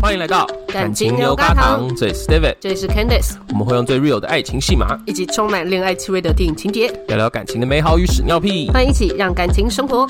欢迎来到感情牛轧糖，这里是 David，这里是 Candice，我们会用最 real 的爱情戏码以及充满恋爱气味的电影情节，聊聊感情的美好与屎尿 屁，欢迎一起让感情生活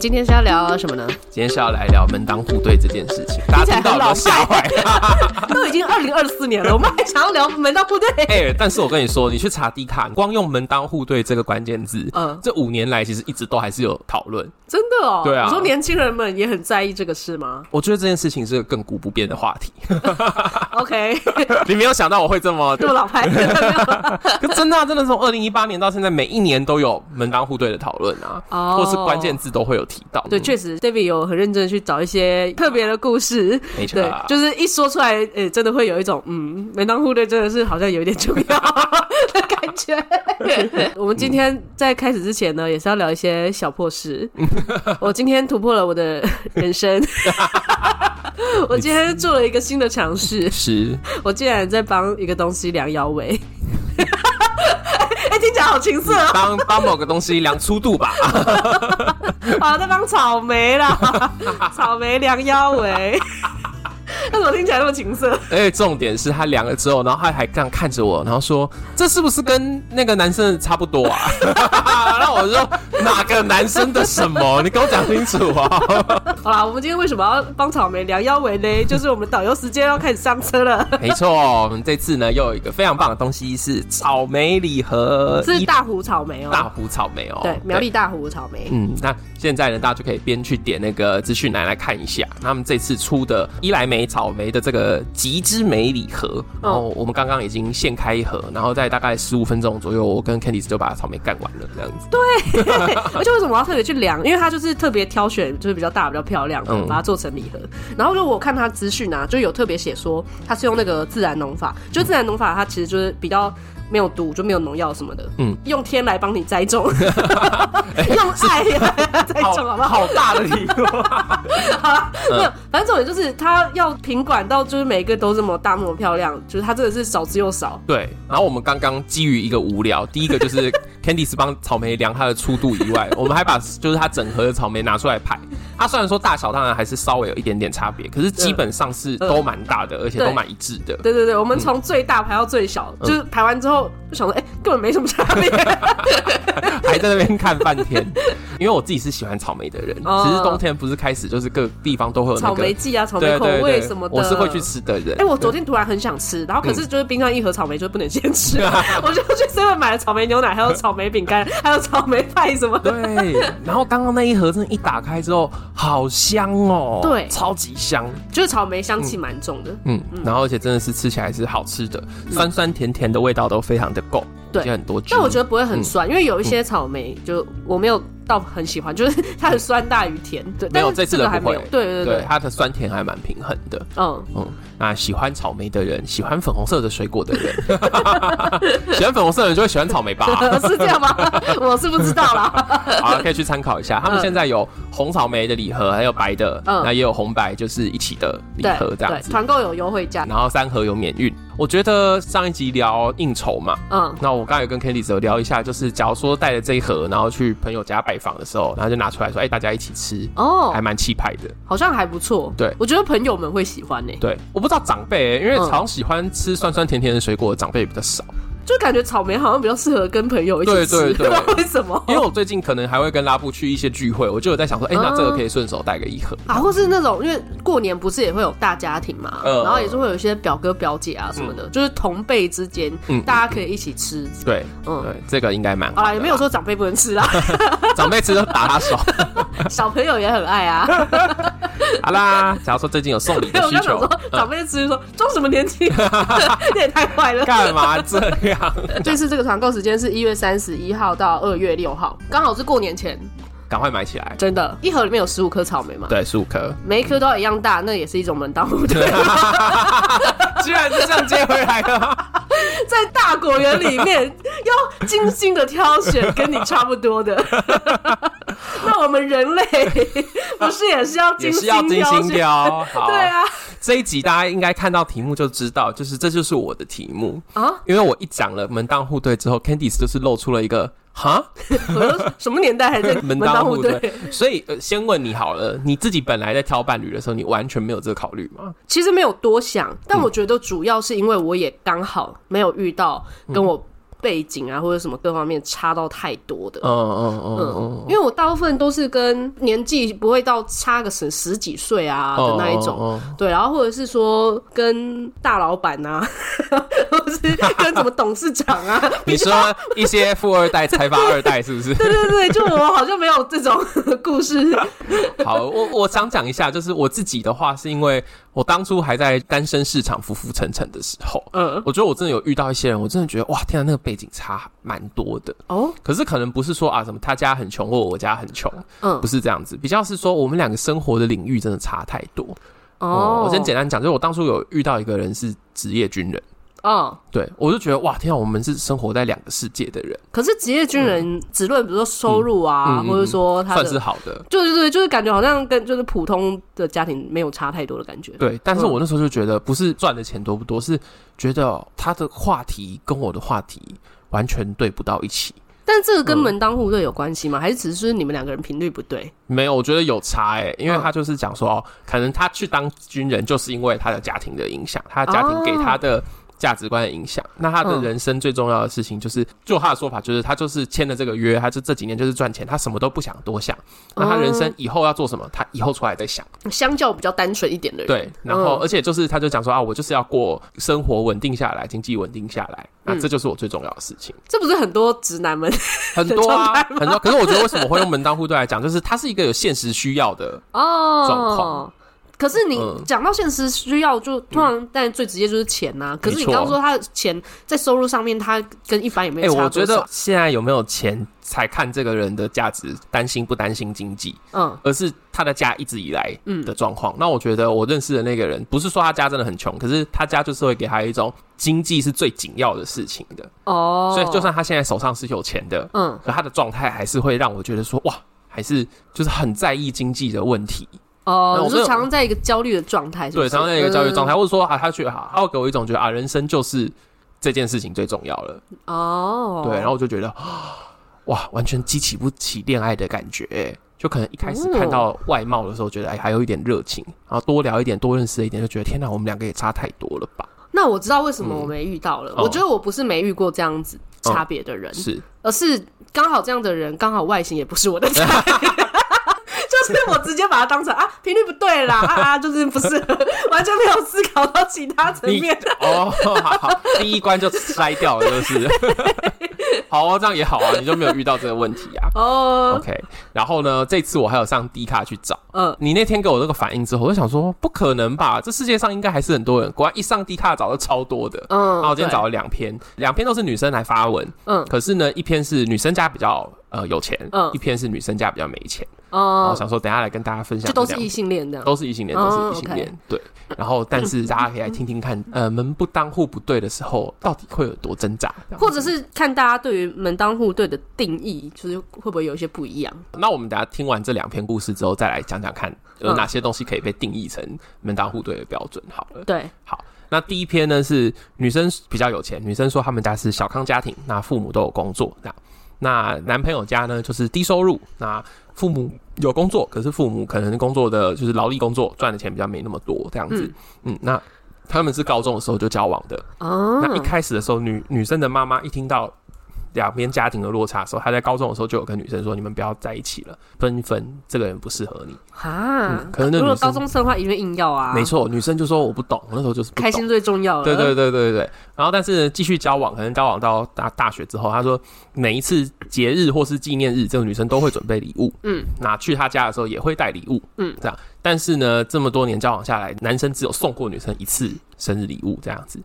今天是要聊什么呢？今天是要来聊门当户对这件事情，大家听到有没有吓坏？ 都已经二零二四年了，我们还想要聊门当户对？哎、但是我跟你说，你去查 D 卡，光用门当户对这个关键字，嗯这五年来其实一直都还是有讨论。真的哦，对啊你说年轻人们也很在意这个事吗我觉得这件事情是个亘古不变的话题。 ？OK，你没有想到我会这 么，这么老派，没有啦可真的啊、真的从二零一八年到现在，每一年都有门当户对的讨论啊，哦或是关键字都会有提到。对，确实，David 有很认真地去找一些特别的故事，没错对，就是一说出来，呃，真的会有一种嗯，门当户对真的是好像有一点重要 的感觉。我们今天在开始之前呢，也是要聊一些小破事。我今天突破了我的人生，我今天做了一个新的尝试，是我竟然在帮一个东西量腰围。 哎、听起来好青涩哦帮帮某个东西量粗度吧。 啊，在帮草 莓啦，草莓量腰围。那怎么听起来那么情色？而且重点是他量了之后，然后他还这样看着我，然后说：“这是不是跟那个男生的差不多啊？” 然后我就说：“哪个男生的什么？你跟我讲清楚 啊！”好啦，我们今天为什么要帮草莓量腰 围呢？就是我们导游时间要开始上车了，没错，我们这次呢又有一个非常棒的东西是草莓礼盒，是 一大湖草莓哦、大湖草莓哦，对，苗栗大湖草莓。嗯，那现在呢，大家就可以边去点那个资讯栏来看一下，他们这次出的伊莱莓草莓的这个极之莓礼盒，然后我们刚刚已经现开一盒，然后在大概十五分钟左右，我跟 Candice 就把草莓干完了，这样子。对， 而且为什么我要特别去量？因为它就是特别挑选，就是比较大、比较漂亮的嗯，把它做成礼盒。然后就我看它资讯啊，就有特别写说它是用那个自然农法，就自然农法它其实就是比较没有毒，就没有农药什么的，嗯嗯，哎用天来帮你栽 种，用爱来栽种，好不好？好大的礼盒，好嗯啦， 没有，反正重点就是它要品管到，就是每一个都这么大、那么漂亮，就是它真的是少之又少。 对。然后我们刚刚基于一个无聊，第一个就是 Candice 帮草莓量它的粗度以外，我们还把就是它整盒的草莓拿出来排。它虽然说大小当然还是稍微有一点点差别，可是基本上是都蛮大的，而且都对蛮一致的。对对对，我们从最大排到最小，就是排完之后就想说，哎、根本没什么差别。还在那边看半天， 因为我自己是喜欢草莓的人。哦其实冬天不是开始就是各地方都会有那草个莓季啊，草莓对口对味对什么，的，我是会去。吃的嗯人。哎、我昨天突然很想吃，然后可是就是冰箱一盒草莓就不能先吃， 我就去 seven 买了草莓牛奶，还有草莓饼干，还有草莓派什么的。对，然后刚刚那一盒真的，一打开之后好香哦，对超级香，就是草莓香气蛮重的，嗯，然后而且真的是吃起来是好吃的，酸酸甜甜的味道都非常的够，嗯对而且很多汁。但我觉得不会很酸，嗯因为有一些草莓就我没有到很喜欢，就是它很酸大于甜。对，没但有是这次个的还不没会有。，对对对，它的酸甜还蛮平衡的。嗯， 嗯，那喜欢草莓的人，喜欢粉红色的水果的 人，喜欢粉红色的人就会喜欢草莓吧。是 这样吗？我是不知道啦。好，可以去参考一下。他们现在有红草莓的礼盒，还有白的，嗯那也有红白，就是一起的礼对盒这样对，子。团购有优惠价。然后三盒有免运。我觉得上一集聊应酬嘛，嗯，那我刚才有跟 Kelly 有聊一下，就是假如说带着这一盒，然后去朋友家拜访的时候，然后就拿出来说，哎，大家一起吃，哦还，蛮气派的。好像还不错。对我觉得朋友们会喜欢呢、欸对，我不知道长辈、因为嗯哦好像喜欢吃酸酸甜甜的水果的长辈比较少。就感觉草莓好像比较适合跟朋友一起吃，对对对不知道 为什么因为我最近可能还会跟拉布去一些聚会，我就有在想说，哎，那哦这个可以顺手带个一盒。啊，或是那种因为过年不是也会有大家庭嘛，嗯然后也是会有一些表哥表姐啊什么的，就是同辈之间、嗯大家可以一起吃。对，嗯对，这个应该蛮好好的啦，也没有啦说长辈不能吃啊， 长辈吃都打他 手。小朋友也很爱啊。好啦，假如说最近有送礼因的为我需刚想求嗯说，，长辈吃就说装什么年 轻，你也太坏了。干嘛这样？这次这个团购时间是一月三十一号到二月六号，刚好是过年前，赶快买起来。真的，一盒里面有十五颗草莓嘛，对，十五颗，每一颗都要一样大，那也是一种门当户对。居然是这样接回来了。在大果园里面 要精心的挑选跟你差不多的。 那我们人 类不是也是要 也精是心要精挑心选？雕。好，对啊，这一集大家应该看到题目就知道，就是这就是我的题目，啊， 因为我一讲了门当户对之后，Candice 就是露出了一个哈，我说什么年代还在 门当当户对？对。所以、呃、先问你好了，你自己本来在挑伴侣的时候，你完全没有这个考虑吗？其实没有多想，嗯但我觉得主要是因为我也刚好没有遇到嗯跟我背景啊或者什么各方面差到太多的。嗯嗯嗯嗯嗯，因为我大部分都是跟年纪不会到差个十十几岁啊的嗯，那一种，嗯嗯嗯对，然后或者是说跟大老板啊， 或是跟什么董事长啊， 你说一些富二代、财阀二代是不是？对对对，就我好像没有这种 故事， 好，我我想讲一下，就是我自己的话，是因为我当初还在单身市场浮浮沉沉的时候，嗯，我觉得我真的有遇到一些人，我真的觉得哇，天啊，那个背景差蛮多的。哦，可是可能不是说啊什么他家很穷或我家很穷，嗯不，是这样子，比较是说我们两个生活的领域真的差太多。哦，我先简单讲，就是我当初有遇到一个人是职业军人，哦，对我就觉得哇，天啊，我们是生活在两个世界的人，可是职业军人只论比如说收入啊，嗯嗯嗯嗯或者说他算是的，好的。对对对，就是感觉好像跟就是普通的家庭没有差太多的嗯感觉。对，但是我那时候就觉得，不是赚的钱多不多，是觉得他的话题跟我的话题完全对不到一起。但这个跟门当户对有关系吗？还是只是你们两个人频率不对？没有，我觉得有差哎、因为嗯他就是讲说，哦，可能他去当军人，就是因为他的家庭的影响，他的家庭给他的价值观的影响。那他的哦嗯人生最重要的事情，就是、就他的说法，就是他就是签了这个约，他就这几年就是赚钱，他什么都不想多想。那他人哦生以后要做什么，他以后出来再想。相较比较单纯一点的人，对，然后、嗯而且就是他就讲说啊，我就是要过生活稳定下来，经济稳定下来，那嗯这就是我最重要的事 情。这不是很多直男们很多啊状态，吗很多。可是我觉得为什么会用门当户对来讲，就是它是一个有现实需要的。状哦况。可是你嗯讲到现实需要，就通常但最直接就是钱呐、可是没你错刚刚说他的钱在收入上面，他跟一般 也没哎、有差我觉多少得。现在有没有钱才看这个人的价值，担心不担心经济，嗯而是他的家一直以来的状况。那我觉得我认识的那个人，不是说他家真的很穷，可是他家就是会给他一种经济是最紧要的事情的。哦，所以就算他现在手上是有钱的，嗯可他的状态还是会让我觉得说哇，还是就是很在意经济的问题。哦那，我没你是有常常在一个焦虑的状态，是不对，是常常在一个教育状态，嗯或者说啊，他觉得啊，他会给我一种觉得啊，人生就是这件事情最重要了。哦，对，然后我就觉得啊哇，完全激起不起恋爱的感觉、欸就可能一开始看嗯到外貌的时候，觉得哎还有一点热情，然后多聊一点，多认识一点，就觉得天哪，我们两个也差太多了吧？那我知道为什么我没遇到了。哦我觉得我不是没遇过这样子哦差别的人，是，而是刚好这样的人，刚好外形也不是我的菜。 就是我直接把它当成啊频率不对啦啊啊，就是不是 完全没有思考到其他层你面。哦， 好好，第一关就筛掉了，就是。 好啊，这样也好啊，你就没有遇到这个问题啊。哦， OK，然后呢，这次我还有上 D 卡去找。嗯，你那天给我这个反应之后，我就想说，不可能吧？这世界上应该还是很多人。果然一上 D 卡找到超多的。嗯然后我今天对找了两篇，两篇都是女生来发文。嗯可是呢，一篇是女生家比较呃有钱，嗯一篇是女生家比较没钱。然后哦，想说，等一下来跟大家分享这就都两是篇，异性恋这样。都是异性恋，哦都是异性恋。对，然后但是大家可以来听听看，呃，门不当户不对的时候，到底会有多挣扎？这样或者是看大家对于门当户对的定义，就是会不会有一些不一样？那我们等一下听完这两篇故事之后，再来讲讲看有嗯哪些东西可以被定义成门当户对的标准。好了。对，好，那第一篇呢是女生比较有钱，女生说他们家是小康家庭，那父母都有工作，那那男朋友家呢就是低收入，那父母有工作，可是父母可能工作的就是劳力工作，赚的钱比较没那么多这样子，嗯那。他们是高中的时候就交往的。哦，那一开始的时候，女女生的妈妈一听到两边家庭的落差的时候，她在高中的时候就有跟女生说：“你们不要在一起了，分一分，这个人不适合你。啊嗯，可能那如果女生高中生的话，一定会硬要啊，没，错，女生就说：“我不懂。”我那时候就是不懂开心最重要了。对对对对对。然后，但是继续交往，可能交往到大大学之后，他说每一次节日或是纪念日，这个女生都会准备礼物。嗯，那去他家的时候也会带礼物。嗯，这样。但是呢，这么多年交往下来，男生只有送过女生一次生日礼物这样子。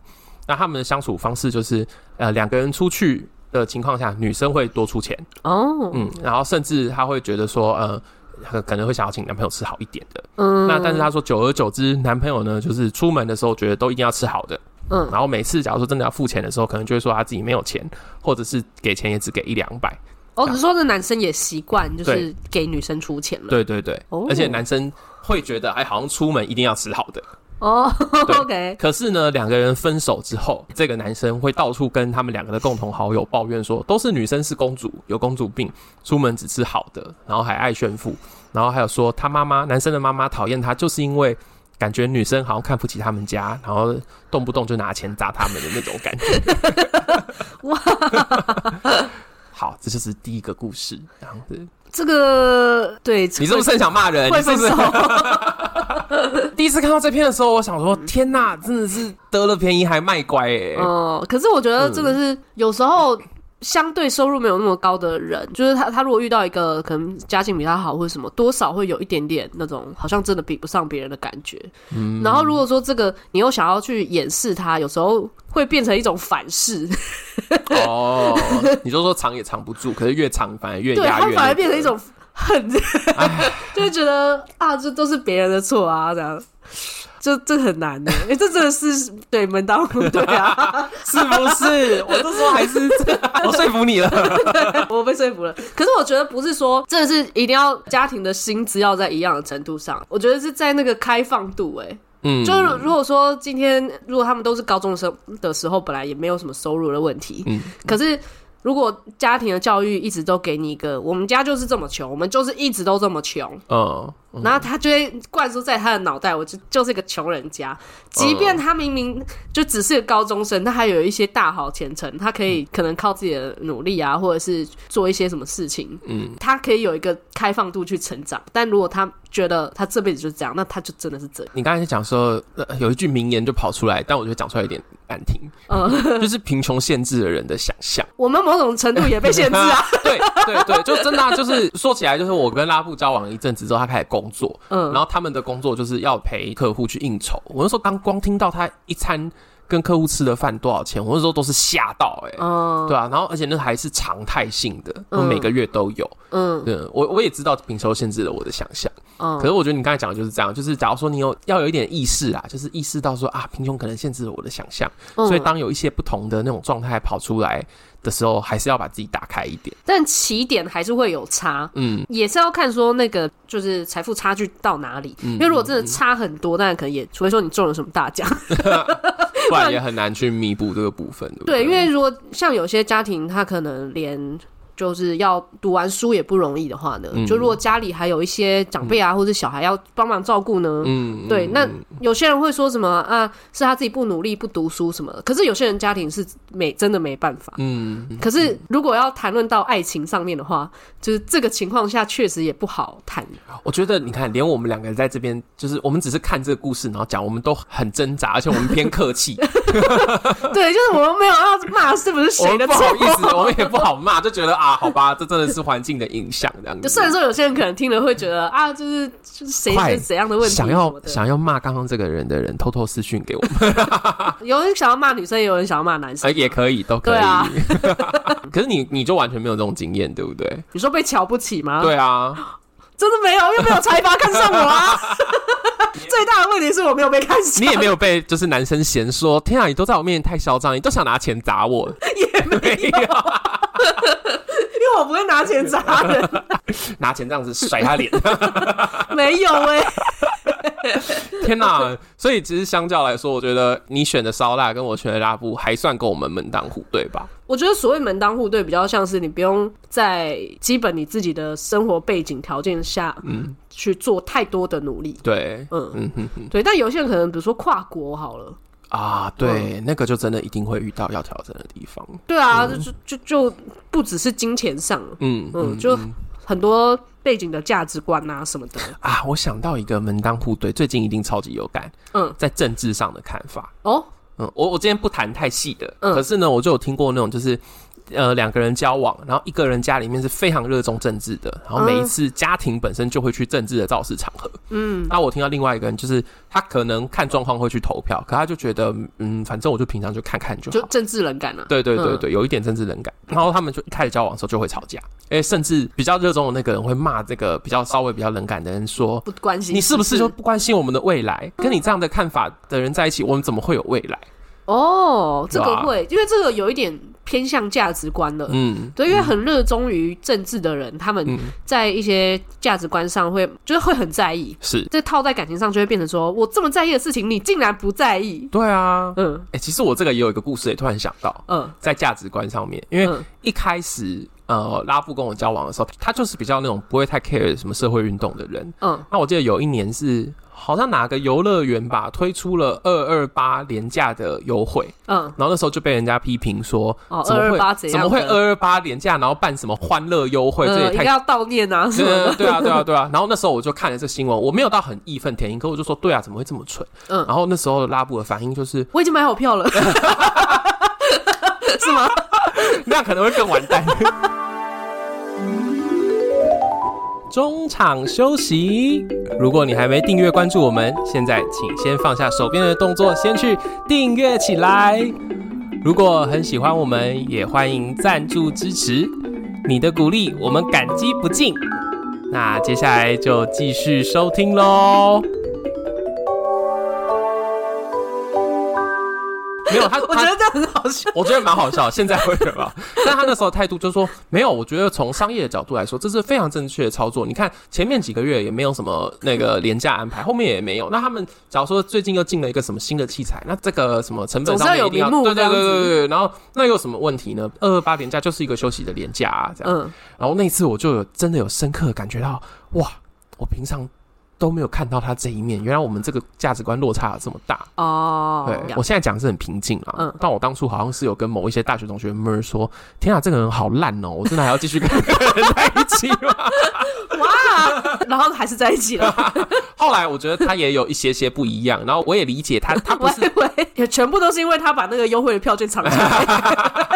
那他们的相处方式就是，呃，两个人出去的情况下，女生会多出钱，哦，嗯，然后甚至她会觉得说，呃，可可能会想要请男朋友吃好一点的。嗯，那但是她说，久而久之，男朋友呢，就是出门的时候觉得都一定要吃好的。嗯然后每次假如说真的要付钱的时候，可能就会说啊他自己没有钱，或者是给钱也只给一两百。哦，只是说这男生也习惯就是对给女生出钱了。对对对，哦而且男生会觉得哎，好像出门一定要吃好的，哦、对 o k 可是呢，两个人分手之后，这个男生会到处跟他们两个的共同好友抱怨说，都是女生是公主，有公主病，出门只吃好的，然后还爱炫富，然后还有说他妈妈，男生的妈妈讨厌他，就是因为。感觉女生好像看不起他们家，然后动不动就拿钱砸他们的那种感觉。好，这就是第一个故事，这样子。这个对，你是不是很想骂人？会哎你是不分是手？ 第一次看到这篇的时候，我想说：天呐，真的是得了便宜还卖乖哎、哦、可是我觉得这个是有时嗯候相对收入没有那么高的人，就是他他如果遇到一个可能家境比他好或者什么，多少会有一点点那种好像真的比不上别人的感觉。嗯，然后如果说这个你又想要去掩饰他，有时候会变成一种反噬，哦，你就说藏也藏不住，可是越藏反而越对压他越那个。反而变成一种恨，哎 就会觉得啊，这都是别人的错啊，这样。这这很难 的，哎、这真的是对门当户对啊。是不是？我这时候还是 我说服你了。我被说服了。可是我觉得不是说真的是一定要家庭的薪资要在一样的程度上，我觉得是在那个开放度、欸。嗯，就是如果说今天如果他们都是高中生的时候，本来也没有什么收入的问题，嗯可是。如果家庭的教育一直都给你一个，我们家就是这么穷，我们就是一直都这么穷，嗯，然后他就会灌输在他的脑袋，我就就是一个穷人家。即便他明明就只是个高中生，他还有一些大好前程，他可以嗯可能靠自己的努力啊，或者是做一些什么事情，嗯，他可以有一个开放度去成长。但如果他觉得他这辈子就是这样，那他就真的是这样。你刚才讲说、呃有一句名言就跑出来，但我觉得讲出来有点难听，嗯， 就是贫穷限制了人的想象。我们某种程度也被限制 啊。对对对，就真的啊、就是说起来，就是我跟拉布交往了一阵子之后，他开始工作，嗯然后他们的工作就是要陪客户去应酬。我那时候刚光听到他一餐跟客户吃的饭多少钱，我那时候都是吓到哎、欸嗯对啊，然后而且那还是常态性的，我嗯每个月都有。嗯对，我我也知道贫穷限制了我的想象，可嗯是我觉得你刚才讲的就是这样，就是假如说你有要有一点意识啊，就是意识到说啊，贫穷可能限制了我的想象，嗯，所以当有一些不同的那种状态跑出来的时候，还是要把自己打开一点。 但起点还是会有差，嗯，也是要看说那个就是财富差距到哪里。嗯因为如果真的差很多，那可能也除非说你中了什么大奖。不然也很难去弥补这个部分，对不对？对，因为如果像有些家庭，他可能连就是要读完书也不容易的话呢，嗯就如果家里还有一些长辈啊，或者小孩要帮忙照顾呢。嗯，对，嗯那有些人会说什么啊？是他自己不努力、不读书什么的。可是有些人家庭是没真的没办法。嗯，嗯可是如果要谈论到爱情上面的话，就是这个情况下确实也不好谈。我觉得你看，连我们两个人在这边，就是我们只是看这个故事，然后讲，我们都很挣扎，而且我们偏客气，对，就是我们没有要骂是不是我谁们的不错。好意思，我们也不好骂，就觉得啊，好吧，这真的是环境的影响，这样就子。虽然说有些人可能听了会觉得啊，就是就是谁快是怎样的问题什想么要的，想要骂刚刚这个人的人，偷偷私讯给我们，有人想要骂女生，也有人想要骂男生。呃，也可以，都可对啊以。可是你你就完全没有这种经验，对不对？你说被瞧不起吗？，对啊，真的没有，又没有财阀看上 我啊。最大的问题是我没有被看上，你也没有被就是男生嫌说，天啊，你都在我面前太嚣张，你都想拿钱砸我，也没有，没有因为我不会拿钱砸 人， 拿钱这样子甩他脸。没有哎、天哪！所以其实相较来说，我觉得你选的烧腊跟我选的拉布还算跟我们门当户对吧？我觉得所谓门当户对，比较像是你不用在基本你自己的生活背景条件下，嗯，去做太多的努力。对，嗯嗯哼哼对，但有些人可能，比如说跨国好了，啊，对，那个就真的一定会遇到要调整的地方。对啊，就就就不只是金钱上，嗯嗯，就很多背景的价值观啊什么的。啊，我想到一个门当户对，最近一定超级有感。嗯，在政治上的看法。哦，嗯，我我今天不谈太细的，嗯可是呢，我就有听过那种就是。呃，两个人交往，然后一个人家里面是非常热衷政治的，然后每一次家庭本身就会去政治的造势场合。嗯，那我听到另外一个人，就是他可能看状况会去投票，可他就觉得，嗯，反正我就平常就看看就就好。政治冷感啊。对对对嗯对，有一点政治冷感。然后他们就一开始交往的时候就会吵架，哎，甚至比较热衷的那个人会骂这个比较稍微比较冷感的人说，不关心你是不是就不关心我们的未来？跟你这样的看法的人在一起，我们怎么会有未来？哦？这对个啊会，因为这个有一点偏向价值观了。嗯，对，因为很热衷于政治的人，他们嗯在一些价值观上会，就是会很在意。是，这套在感情上就会变成说，我这么在意的事情，你竟然不在意。对啊。嗯哎、其实我这个也有一个故事，也突然想到，嗯在价值观上面，因为嗯一开始呃拉布跟我交往的时候，他就是比较那种不会太 care 什么社会运动的人。嗯那我记得有一年是好像哪个游乐园吧推出了二二八廉价的优惠，嗯，然后那时候就被人家批评说，哦怎么228会怎怎样么会的二二八廉价，然后办什么欢乐优惠，这呃，也应太该要悼念啊什么 对对的。啊，对啊，对啊。然后那时候我就看了这新闻，我没有到很义愤填膺，可我就说，对啊，怎么会这么蠢？嗯然后那时候拉布的反应就是，我已经买 好票了，是吗？那可能会更完蛋。 中场休息。如果你还没订阅关注我们，现在请先放下手边的动作，先去订阅起来。如果很喜欢我们，也欢迎赞助支持，你的鼓励我们感激不尽。那接下来就继续收听喽。没有他，我他觉得这样很好笑。我觉得蛮好笑，现在会觉得吧？但他那时候态度就说没有，我觉得从商业的角度来说，这是非常正确的操作。你看前面几个月也没有什么那个廉价安排，后面也没有。那他们假如说最近又进了一个什么新的器材，那这个什么成本上总是面要一定要有名目对对对这样对子对对。然后那有什么问题呢？二二八廉价就是一个休息的廉价啊，这样。嗯，然后那次我就有真的有深刻的感觉到，哇，我平常。都没有看到他这一面，原来我们这个价值观落差这么大。哦，对，我现在讲是很平静啊嗯，但我当初好像是有跟某一些大学同学们儿说：“天啊，这个人好烂哦，我真的还要继续 跟这个人在一起吗哇，然后还是在一起了。？”后来我觉得他也有一些些不一样，然后我也理 解他，他 不我是以为也 全部都是因为他把那个优惠的票券藏起来。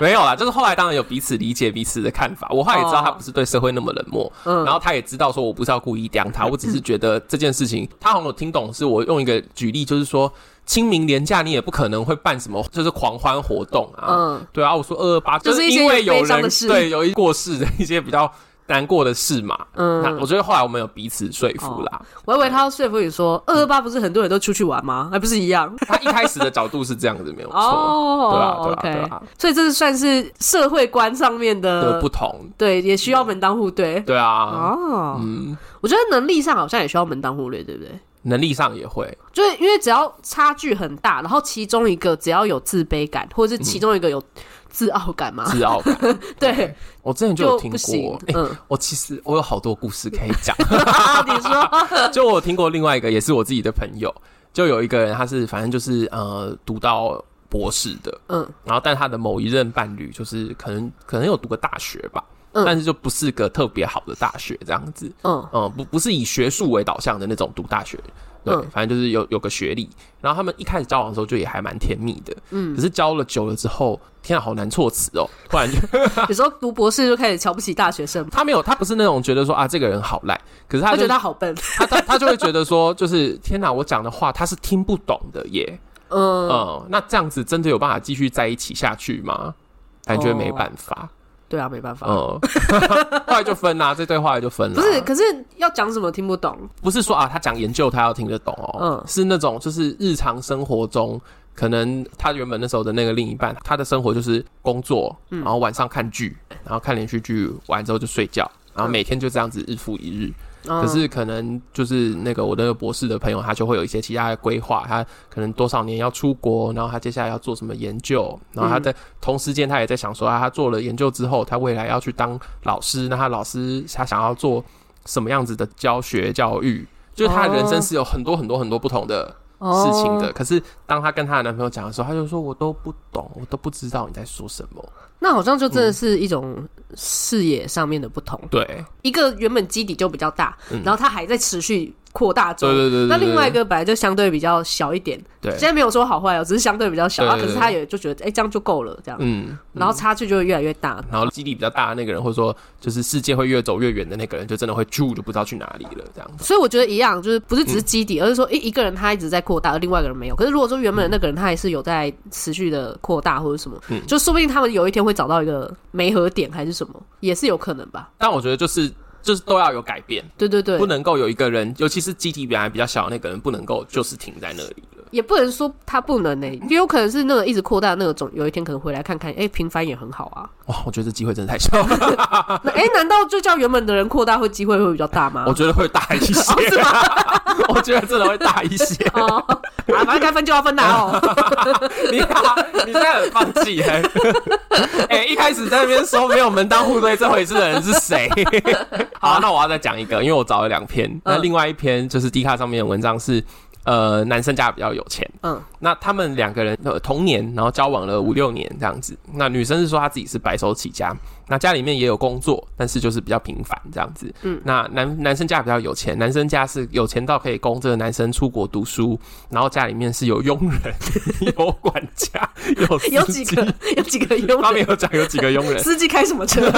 没有啦，就是后来当然有彼此理解彼此的看法。我后来也知道他不是对社会那么冷漠，哦嗯然后他也知道说我不是要故意刁他，我只是觉得这件事情他好像有听懂，是我用一个举例，就是说清明廉假你也不可能会办什么就是狂欢活动啊，嗯对啊，我说二二八就是一些因为有悲伤人的事对有一过世的一些比较难过的事嘛。那嗯，哦我觉得后来我们有彼此说服啦。我以为他要说服你说，二二八不是很多人都出去玩 吗？还不是一样？他一开始的角度是这样子，没有错。对啊哦对啊对啊所以这是算是社会观上面的的不，同，对，也需要门当户对。对啊，呃哦，嗯，我觉得能力上好像也需要门当户对，对不对？能力上也会，就是因为只要差距很大，然后其中一个只要有自卑感，或者是其中一个有自傲感嘛，自傲感。啊 对，我之前就有嗯就听不行 过，。哎嗯，我其实我有好多故事可以讲， 啊你说，就我有听过另外一个也是我自己的朋友，就有一个人他是反正就是呃读到博士的，嗯然后但他的某一任伴侣就是可能可能有读个大学吧，嗯但是就不是个特别好的大学这样子，嗯嗯，不不是以学术为导向的那种读大学，对，嗯反正就是有有个学历。然后他们一开始交往的时候就也还蛮甜蜜的，嗯，可是交了久了之后，天啊，好难措辞哦，突然就 ，有时候读博士就开始瞧不起大学生他没有，他不是那种觉得说啊这个人好赖，可是他他就觉得他好笨。他他他就会觉得说，就是天哪，我讲的话他是听不懂的耶，嗯，嗯，那这样子真的有办法继续在一起下去吗？感觉哦没办法，对啊，没办法。 嗯，后来就分啦，这对后来就分了。啊不是，可是要讲什么听不懂，不是说啊，他讲研究他要听得懂哦，嗯是那种就是日常生活中，可能他原本那时候的那个另一半，他的生活就是工作，嗯然后晚上看剧，然后看连续剧，完之后就睡觉，然后每天就这样子日复一日。嗯可是可能就是那个我那个博士的朋友，他就会有一些其他的规划，他可能多少年要出国，然后他接下来要做什么研究，然后他在同时间他也在想说，啊，他做了研究之后，他未来要去当老师，那他老师他想要做什么样子的教学教育？就是他的人生是有很多很多很多不同的事情的。哦可是当她跟她的男朋友讲的时候，她就说：“我都不懂，我都不知道你在说什么。那好像就真的是一种视野上面的不同”。对，一个原本基底就比较大，然后它还在持续扩大嗯中。对对对对。那另外一对个本来就相对比较小一点，对现，在没有说好坏哦，只是相对比较小对啊。对可对是他也就觉得，哎，这样就够了，这样，嗯，然后差距就会越来越大。然后基地比较大的那个人，或者说就是世界会越走越远的那个人，就真的会住就不知道去哪里了，这样子。所以我觉得一样，就是不是只是基底，而是说嗯一一个人他一直在扩大，而另外一个人没有。可是如果说原本的那个人他也是有在持续的扩大或者什么，嗯就说不定他们有一天会找到一个媒合点还是什么，也是有可能吧。但我觉得就是就是都要有改变，对对 对不，能够有一个人，尤其是基地本来比较小的那个人，不能够就是停在那里了。也不能说它不能呢、嗯也有可能是那个一直扩大那个种，有一天可能回来看看，哎、平凡也很好 啊。哇，哦我觉得这机会真的太小了，那哎、难道就叫原本的人扩大会机会会比较大吗？ 我觉得会大一 些， 我觉得真的会大一 些。哦，啊，反正该分就要分 的哦。你好，你现在很放弃哎、 哎、一开始在那边说没有门当户对这回事的人是谁？ 好，那我要再讲一个，因为我找了两篇，那另外一篇就是 D 卡上面的文章是。呃，男生家比较有钱，嗯，那他们两个人呃同年，然后交往了五六年这样子。那女生是说她自己是白手起家，那家里面也有工作，但是就是比较平凡这样子。嗯，那男男生家比较有钱，男生家是有钱到可以供这个男生出国读书，然后家里面是有佣人、 有管家、有司机 有几个，有几个 佣他没人？有讲有几个佣人， 司机开什么车？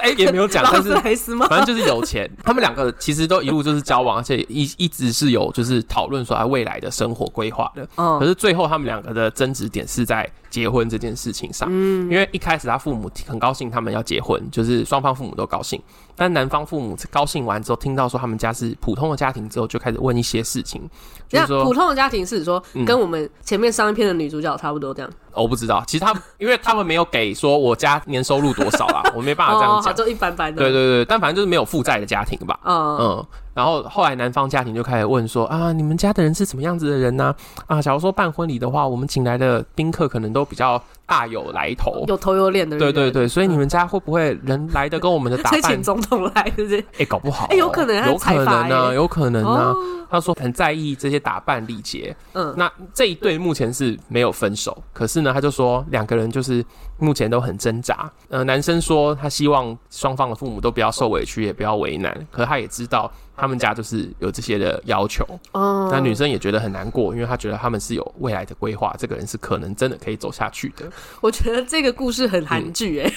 哎、也没有 讲，劳但是斯莱斯吗？反正就是有 钱。他们两个其实都一路就是交往，而且一一直是有就是讨论说他未来的生活规划的。可哦，是最后他们两个的争执点是在结婚这件事情上，嗯因为一开始他父母很高兴他们要结婚，就是双方父母都高兴，但男方父母高兴完之后，听到说他们家是普通的家庭之后，就开始问一些事情，就那是说普通的家庭是说嗯跟我们前面上一篇的女主角差不多这样。哦我不知道，其实他因为他们没有给说我家年收入多少 啦，我没啊办法这哦，样好，讲，就一般般的。对对对，但反正就是没有负债的家庭吧，嗯，嗯，然后后来男方家庭就开始问说啊，你们家的人是怎么样子的人呢、啊？假如说办婚礼的话，我们请来的宾客可能都比较大有来头。有头有脸的对嗯人，对对，所以你们家会不会人来的跟我们的打所以扮请？总统来，对不对？哎、搞不好哦、哎有可能他有财可阀能呢、哎有可能呢、啊哦，他说很在意这些打扮礼节。嗯那这一对目前是没有分手，可是呢，他就说两个人就是目前都很挣扎。呃，男生说他希望双方的父母都不要受委屈，也不要为难，可他也知道他们家就是有这些的要求。哦，那女生也觉得很难过，因为她觉得他们是有未来的规划，这个人是可能真的可以走下去的，我觉得这个故事很韩剧哎，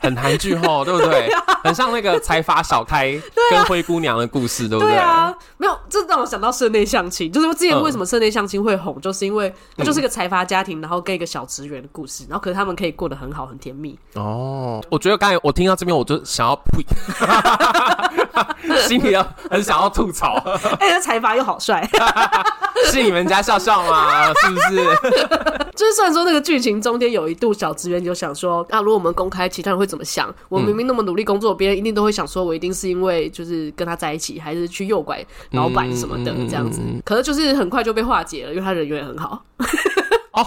很韩剧吼，对不 对？啊很像那个财阀小开跟灰姑娘的故事，对不对？对啊，没有，这让我想到社内相亲，就是之前为什么社内相亲会红，就是因为嗯它就是个财阀家庭，然后跟一个小职员的故事，然后可是他们可以过得很好，很甜蜜。哦，我觉得刚才我听到这边，我就想要 呸，心里要很想要吐 槽，哎，那财阀又好帅，是你们家笑笑吗？是不是？就是虽然说那个剧情中间有一度小职员就想说，啊，如果我们公开，其他人会怎么想？嗯我明明那么努力工作，别人一定都会想说我一定是因为就是跟他在一起，还是去诱拐老板什么的嗯嗯嗯这样子嗯。可是就是很快就被化解了，因为他人缘很好。哦，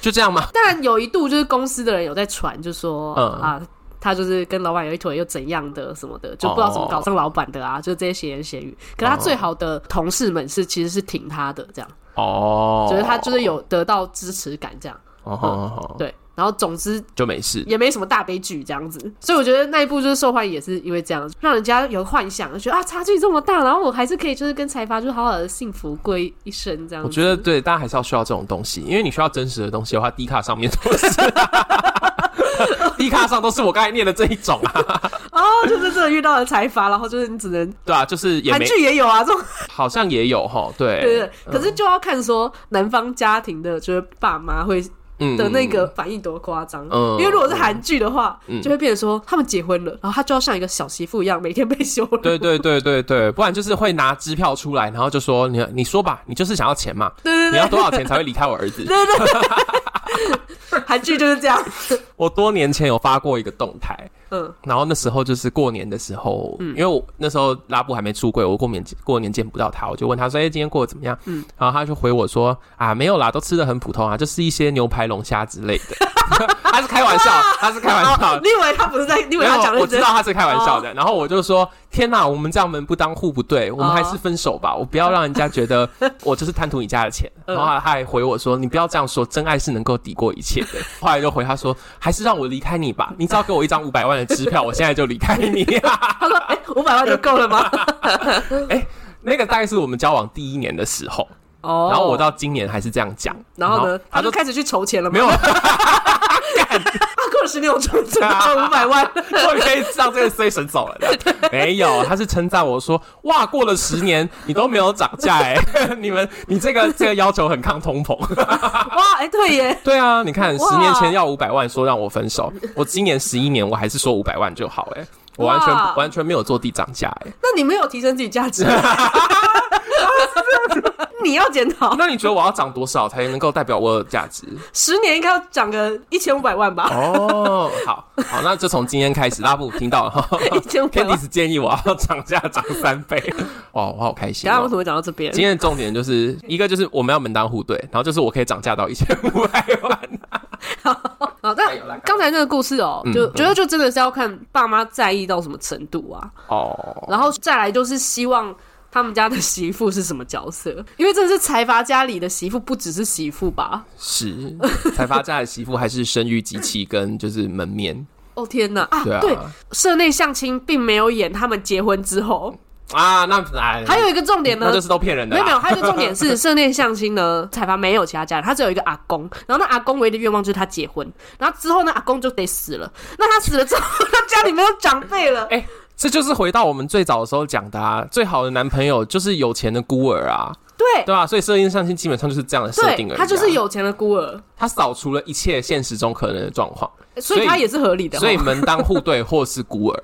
就这样吗？当然有一度就是公司的人有在传，就说、嗯啊，他就是跟老板有一腿又怎样的什么的，就不知道哦怎么搞上老板的啊，就这些闲言闲语。可他最好的同事们是其实是挺他的，这样，哦，觉得他就是嗯有得到支持感，这样哦，哦哦哦对。然后总之就没事。也没什么大悲剧这样子，所以我觉得那一部就是受欢迎，也是因为这样，让人家有幻想，就觉得啊差距这么大，然后我还是可以就是跟财阀就好好的幸福过一生这样子。我觉得对，大家还是要需要这种东西，因为你需要真实的东西的话，D 卡上面都 是。D 卡上都是我刚才念的这一种啊，哦，就是真的遇到了财阀，然后就是你只能对啊，就是也韩没，剧也有啊这种好像也有哈，对，对对，可是就要看说男方家庭的，就是爸妈会嗯的那个反应多夸张。嗯因为如果是韩剧的话，就会变成说他们结婚了，然后他就要像一个小媳妇一样，每天被羞辱。对对对对对，不然就是会拿支票出来，然后就说你你说吧，你就是想要钱嘛，对对你要多少钱才会离开我儿子？对，韩剧就是这样。 我多年前有发过一个动态，嗯，然后那时候就是过年的时候，因为我那时候拉布还没出柜，我过年过年见不到他，我就问他说：“哎、今天过得怎么样？”嗯，然后他就回我说：“啊，没有啦，都吃的很普通啊，就是一些牛排、龙虾之类的。” 他是开玩笑，他是开玩笑哦，你以为他不是在，你以为没有，他讲我认知真哦道？他是开玩笑的。然后我就说：“天哪，我们这样门不当户不对，我们哦还是分手吧，我不要让人家觉得我就是贪图你家的钱。” 嗯然后他还回我说：“你不要这样说，真爱是能够抵过一切的。”后来就回他说：“还是让我离开你吧，你只要给我一张五百万的支票，我现在就离开你。啊他说：“哎， 五百万就够了吗？” 那个大概是我们交往第一年的时候，哦然后我，到今年还是这样讲。然后呢，他他就就开始去筹钱了吗。没有，他过了十年，我 终于挣到五百万。 我可以让这个衰神走了 的。没有，他是称赞我说：“哇，过了十年你都没有涨价哎、 你们你这个这个要求很抗通膨。哇，哎，对耶”， 对啊，你看哇十年前要五百万说让我分手，我今年十一年我还是说五百万就好哎、我完哇全完全没有坐地涨价哎。那你没有提升自己价 值，你要检讨。那你觉得我要涨多少才能够代表我有价值？十年应该要涨个一千五百万吧？哦， 好好，那就从今天开始，拉布听到了 哈。一千五百万 Candice 建议我要涨价涨三倍，哇，我好开心、等一下为什哦！么会讲到这边？今天的重点就是一个就是我们要门当户对，然后就是我可以涨价到一千五百万。好，哦但刚才那个故事哦、嗯就觉得就真的是要看爸妈在意到什么程度啊，哦，然后再来就是希望。他们家的媳妇是什么角色？因为真的是财阀家里的媳妇，不只是媳妇吧？ 是财阀家的媳妇还是生育机器跟就是门面？哦天哪啊！对啊，对，社内相亲并没有演他们结婚之后，啊，那哎，还有一个重点呢那就，是都骗人的没有没啦。有，还有一个重点是 社内相亲呢，彩凡没有其他家人，他只有一个阿公，然后那阿公唯一的愿望就是他结婚，然后之后呢，阿公就得死了，那他死了之后，他家里没有长 辈了，哎、这就是回到我们最早的时候讲的啊，最好的男朋友就是有钱的孤儿啊，对对吧、所以设定上亲基本上就是这样的设定而已、对，啊。他就是有钱的孤儿，他扫除了一切现实中可能的状况，所以他也是合理的，所以门当户对或是孤儿。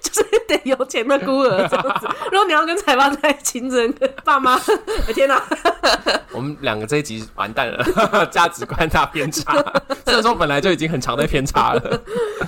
就是得有钱的孤儿这样 子。如果你要跟彩凡在一起，你只能跟爸妈， 哎天哪、我们两个这一集完蛋了， 价值观大偏 差。虽然说本来就已经很长的偏差了，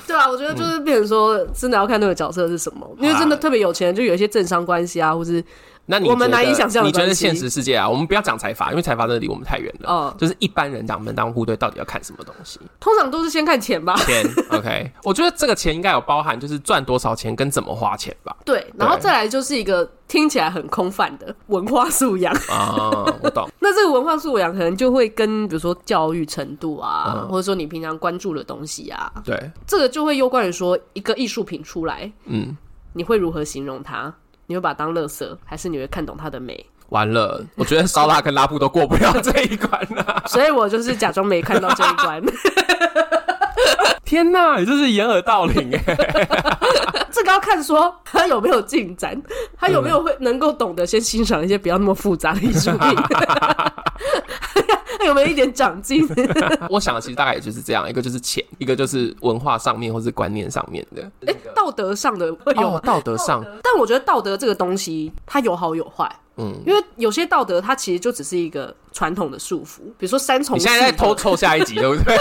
对啊，我觉得就是嗯变成说，真的要看那个角色是什么，因为真的特别有钱，就有一些政商关系啊，或是那你我们觉得难以想象的你觉得关系现实世界啊，我们不要讲财阀，因为财阀真的离我们太远了。哦就是一般人讲门当户对，到底要看什么东西？ 通常都是先看钱吧。钱，OK？我觉得这个钱应该有包含，就是赚多少钱跟怎么花钱吧。 对，然后再来就是一个听起来很空泛的文化素 养。啊，哦 我懂。那这个文化素养可能就会跟比如说教育程度啊，嗯或者说你平常关注的东西啊，对，这个就会攸关于说一个艺术品出来，嗯，你会如何形容它？你会把它当垃圾，还是你会看懂它的美？ 完了，我觉得烧腊跟拉布都过不了这一关啊了、 所以我就是假装没看到这一 关。天哪，你这是掩耳盗铃哎！这个要看说他有没有进展，他有没有会能够懂得先欣赏一些不要那么复杂的艺术 品，他有没有一点长进？ 我想的其实大概也就是这样，一个就是钱，一个就是文化上面或是观念上面的。哎、道德上的 会有吗哦，道德上，但我觉得道德这个东西，它有好有坏。嗯，因为有些道德它其实就只是一个传统的束缚，比如说三从你四现德。在在 偷凑下一集，对不 对？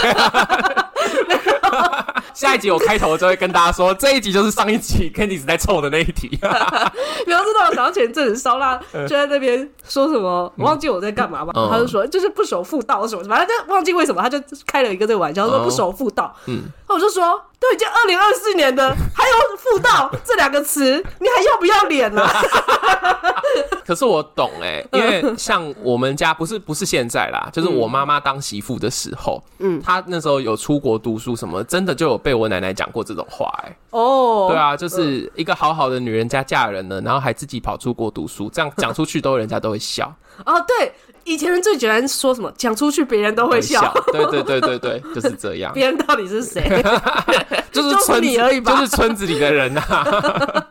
下一集我开头就会跟大家说，这一集就是上一集 Candice 在凑的那一题。啊不要知道，想到前阵子烧腊 就在那边说什么，我忘记我在干嘛吧。嗯他就说就是不守妇道什么什么，反正就忘记为什么，他就开了一个这个玩笑，说哦不守妇道。嗯嗯，那我就说都已经二零二四年的，还有妇道这两个词，你还要不要脸啊了？ 可是我懂哎、因为像我们家不是不是现在啦，就是我妈妈当媳妇的时候，嗯，她那时候有出国读书什么，真的就有被我奶奶讲过这种话哎、哦，对，啊，就是一个好好的女人家嫁人了，然后还自己跑出国读书，这样讲出去都人家都会笑，哦对，以前人最喜欢说什么，讲出去别人都会笑，。对对对对对，就是这 样，别人到底是谁？ 就是就是村你子而已吧就是村子里的人啊呐、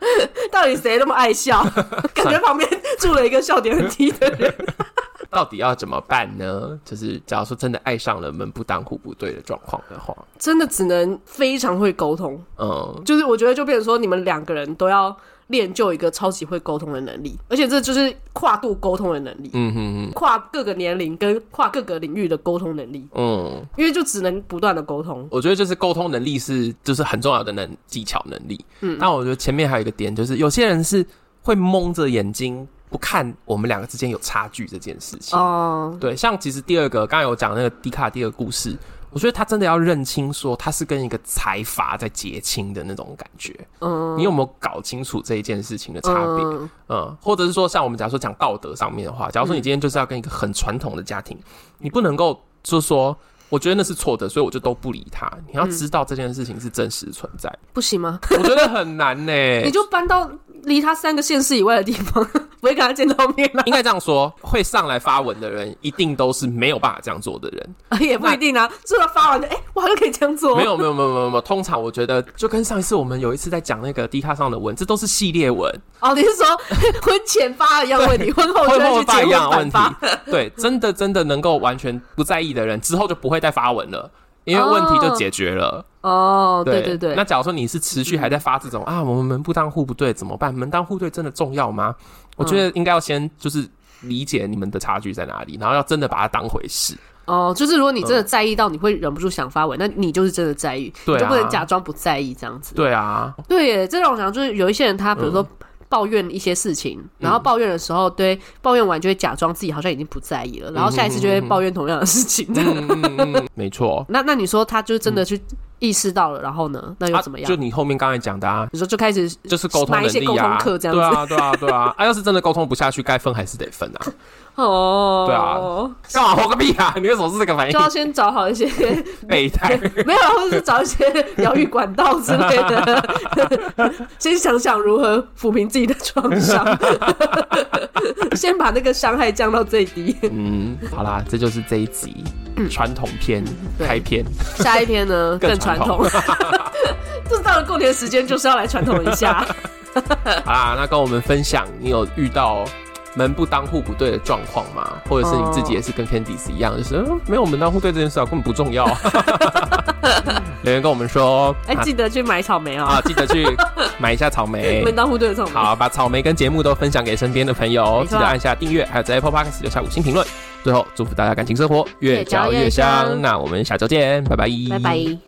到底谁那么爱 笑？感觉旁边住了一个笑点很低的人。 到底要怎么办呢？就是假如说真的爱上了门不当户不对的状况的话， 真的只能非常会沟通，嗯，就是我觉得就变成说你们两个人都要练就一个超级会沟通的能力，而且这就是跨度沟通的能力，嗯哼跨各个年龄跟跨各个领域的沟通能力，哼，嗯。因为就只能不断的沟通。我觉得就是沟通能力是就是很重要的能技巧能力。嗯，但我觉得前面还有一个点，就是有些人是会蒙着眼睛不看我们两个之间有差距这件事情。哦、对，像其实第二个刚才有讲那个迪卡第二个故事，我觉得他真的要认清说他是跟一个财阀在结亲的那种感觉。嗯，你有没有搞清楚这一件事情的差别？嗯嗯，或者是说，像我们假如说讲道德上面的话，假如说你今天就是要跟一个很传统的家庭，你不能够就说，我觉得那是错的，所以我就都不理他。你嗯要知道这件事情是真实存在，不行吗？我觉得很难呢、 你就搬到离他三个县市以外的地方， 不会跟他见到面啊了、应该这样说，会上来发文的人，一定都是没有办法这样做的人。 也不一定 啊。这个发完的，哎、我好像可以这样做哦，没有，没有，没有，没有，没有。通常我觉得，就跟上一次我们有一次在讲那个 D 卡上的文，这都是系列文， 哦，你是说 婚前发一样的问题，婚后就会会后去结发一婚样的问反题发？。对，真的真的能够完全不在意的人，之后就不会再发文了，因为问题就解决了。哦，对对对，那假如说你是持续还在发这种、啊，我们门不当户不对怎么办？门当户对真的重要吗？我觉嗯得应该要先就是理解你们的差距在哪里，然后要真的把它当回事。哦，就是如果你真的在意到，你会忍不住想发文，那你就是真的在意，对啊你就不能假装不在意这样子。对嗯 啊，对耶，这让我想就是有一些人他比如说抱怨一些事情，然后抱怨的时候，对抱怨完就会假装自己好像已经不在意了，然后下一次就会抱怨同样的事情。嗯嗯嗯嗯， 没错。 那那你说他就真的去意识到了，然后呢？那又怎么啊样？就你后面刚才讲的啊，你说就开始就是沟通买能一些力啊，沟通课这样子对啊，对啊，对啊。啊，要是真的沟通不下去，该分还是得分啊。哦，对啊干嘛活个屁啊！ 你为什么是这个反应就？要先找好一些备胎。 没有，或者是找一些疗愈管道之类的， 先想想如何抚平自己的创 伤，先把那个伤害降到最低。嗯，好啦，这就是这一集传统篇嗯对开篇。下一篇呢更更传统， 就是到了过年时间就是要来传统一 下。好啦，那跟我们分享，你有遇到门不当户不对的状况吗？或者是你自己也是跟 Candice 一样，就是、嗯没有门当户对这件事啊，根本不 重要。留言跟我们说，哎，啊记得去买草莓啊，啊，记得去买一下草莓 门。当户对的草莓。好，把草莓跟节目都分享给身边的朋友，哦没记错得按下订阅，还有在 Apple Podcast 留下五星评论。最后，祝福大家感情生活越越嚼嚼越越香香。那我们下周见，拜拜，拜拜。